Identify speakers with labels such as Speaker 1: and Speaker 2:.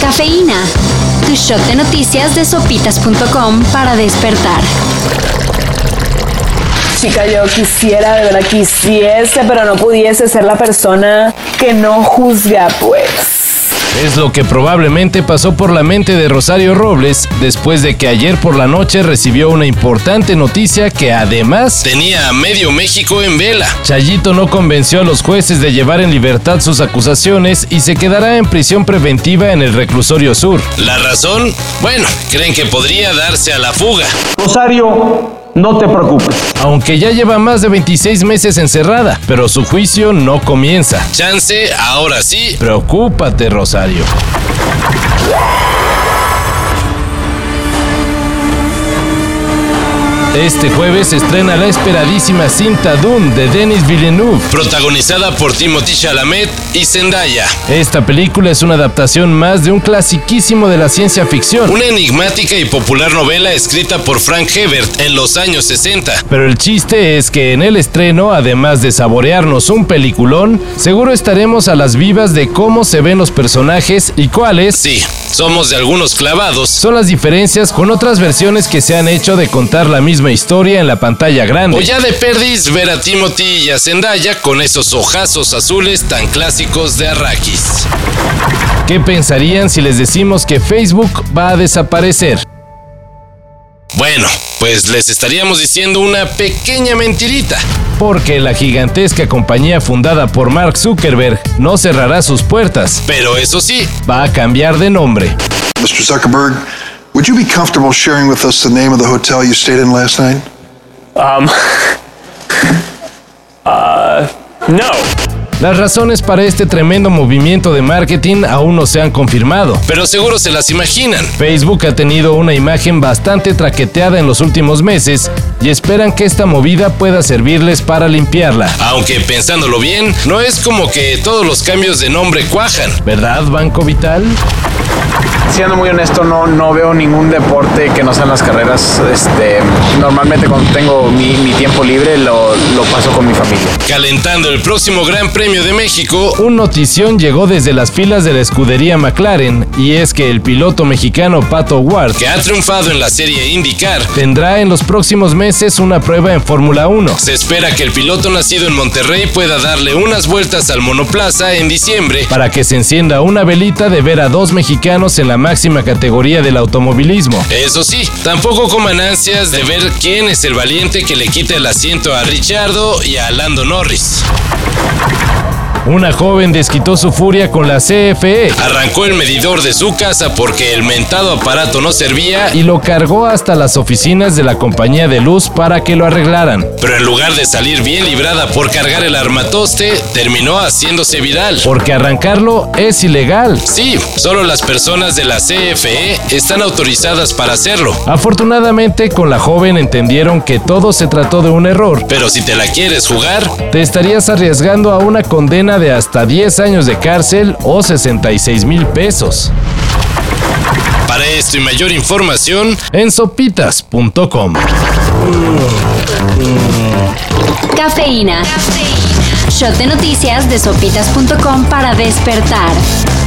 Speaker 1: Cafeína. Tu shot de noticias de sopitas.com para despertar.
Speaker 2: Chica, yo quisiera, de verdad quisiese, pero no pudiese ser la persona que no juzga, pues.
Speaker 3: Es lo que probablemente pasó por la mente de Rosario Robles después de que ayer por la noche recibió una importante noticia que además tenía a medio México en vela. Chayito no convenció a los jueces de llevar en libertad sus acusaciones y se quedará en prisión preventiva en el reclusorio sur. ¿La razón? Bueno, creen que podría darse a la fuga.
Speaker 4: Rosario, no te preocupes.
Speaker 3: Aunque ya lleva más de 26 meses encerrada, pero su juicio no comienza. Chance, ahora sí. Preocúpate, Rosario. Este jueves se estrena la esperadísima cinta Dune de Denis Villeneuve, protagonizada por Timothy Chalamet y Zendaya. Esta película es una adaptación más de un clasiquísimo de la ciencia ficción, una enigmática y popular novela escrita por Frank Hebert en los años 60. Pero el chiste es que en el estreno, además de saborearnos un peliculón, seguro estaremos a las vivas de cómo se ven los personajes y cuáles, sí, somos de algunos clavados, son las diferencias con otras versiones que se han hecho de contar la misma misma historia en la pantalla grande. O Pues ya de perdis ver a Timothy y a Zendaya con esos ojazos azules tan clásicos de Arrakis. ¿Qué pensarían si les decimos que Facebook va a desaparecer? Bueno, pues les estaríamos diciendo una pequeña mentirita. Porque la gigantesca compañía fundada por Mark Zuckerberg no cerrará sus puertas. Pero eso sí, va a cambiar de nombre.
Speaker 5: Mr. Zuckerberg, would you be comfortable sharing with us the name of the hotel you stayed in last night?
Speaker 6: Um, uh, no.
Speaker 3: Las razones para este tremendo movimiento de marketing aún no se han confirmado. Pero seguro se las imaginan. Facebook ha tenido una imagen bastante traqueteada en los últimos meses y esperan que esta movida pueda servirles para limpiarla. Aunque pensándolo bien, no es como que todos los cambios de nombre cuajan. ¿Verdad, Banco Vital?
Speaker 7: Siendo muy honesto, no, no veo ningún deporte que no sean las carreras. Este, normalmente cuando tengo mi, mi tiempo libre lo, lo paso con mi familia.
Speaker 3: Calentando el próximo Gran Premio de México, un notición llegó desde las filas de la escudería McLaren y es que el piloto mexicano Pato Ward, que ha triunfado en la serie IndyCar, tendrá en los próximos meses una prueba en Fórmula 1. Se espera que el piloto nacido en Monterrey pueda darle unas vueltas al monoplaza en diciembre para que se encienda una velita de ver a dos mexicanos en la máxima categoría del automovilismo. Eso sí, tampoco coman ansias de ver quién es el valiente que le quita el asiento a Richardo y a Lando Norris. Una joven desquitó su furia con la E. CFE. Arrancó el medidor de su casa porque el mentado aparato no servía y lo cargó hasta las oficinas de la compañía de luz para que lo arreglaran. Pero en lugar de salir bien librada por cargar el armatoste, terminó haciéndose viral. Porque arrancarlo es ilegal. Sí, solo las personas de la CFE están autorizadas para hacerlo. Afortunadamente, con la joven entendieron que todo se trató de un error. Pero si te la quieres jugar, te estarías arriesgando a una condena de hasta 10 años de cárcel o 66 mil pesos. Para esto y mayor información en sopitas.com.
Speaker 1: Cafeína. Shot de noticias de sopitas.com para despertar.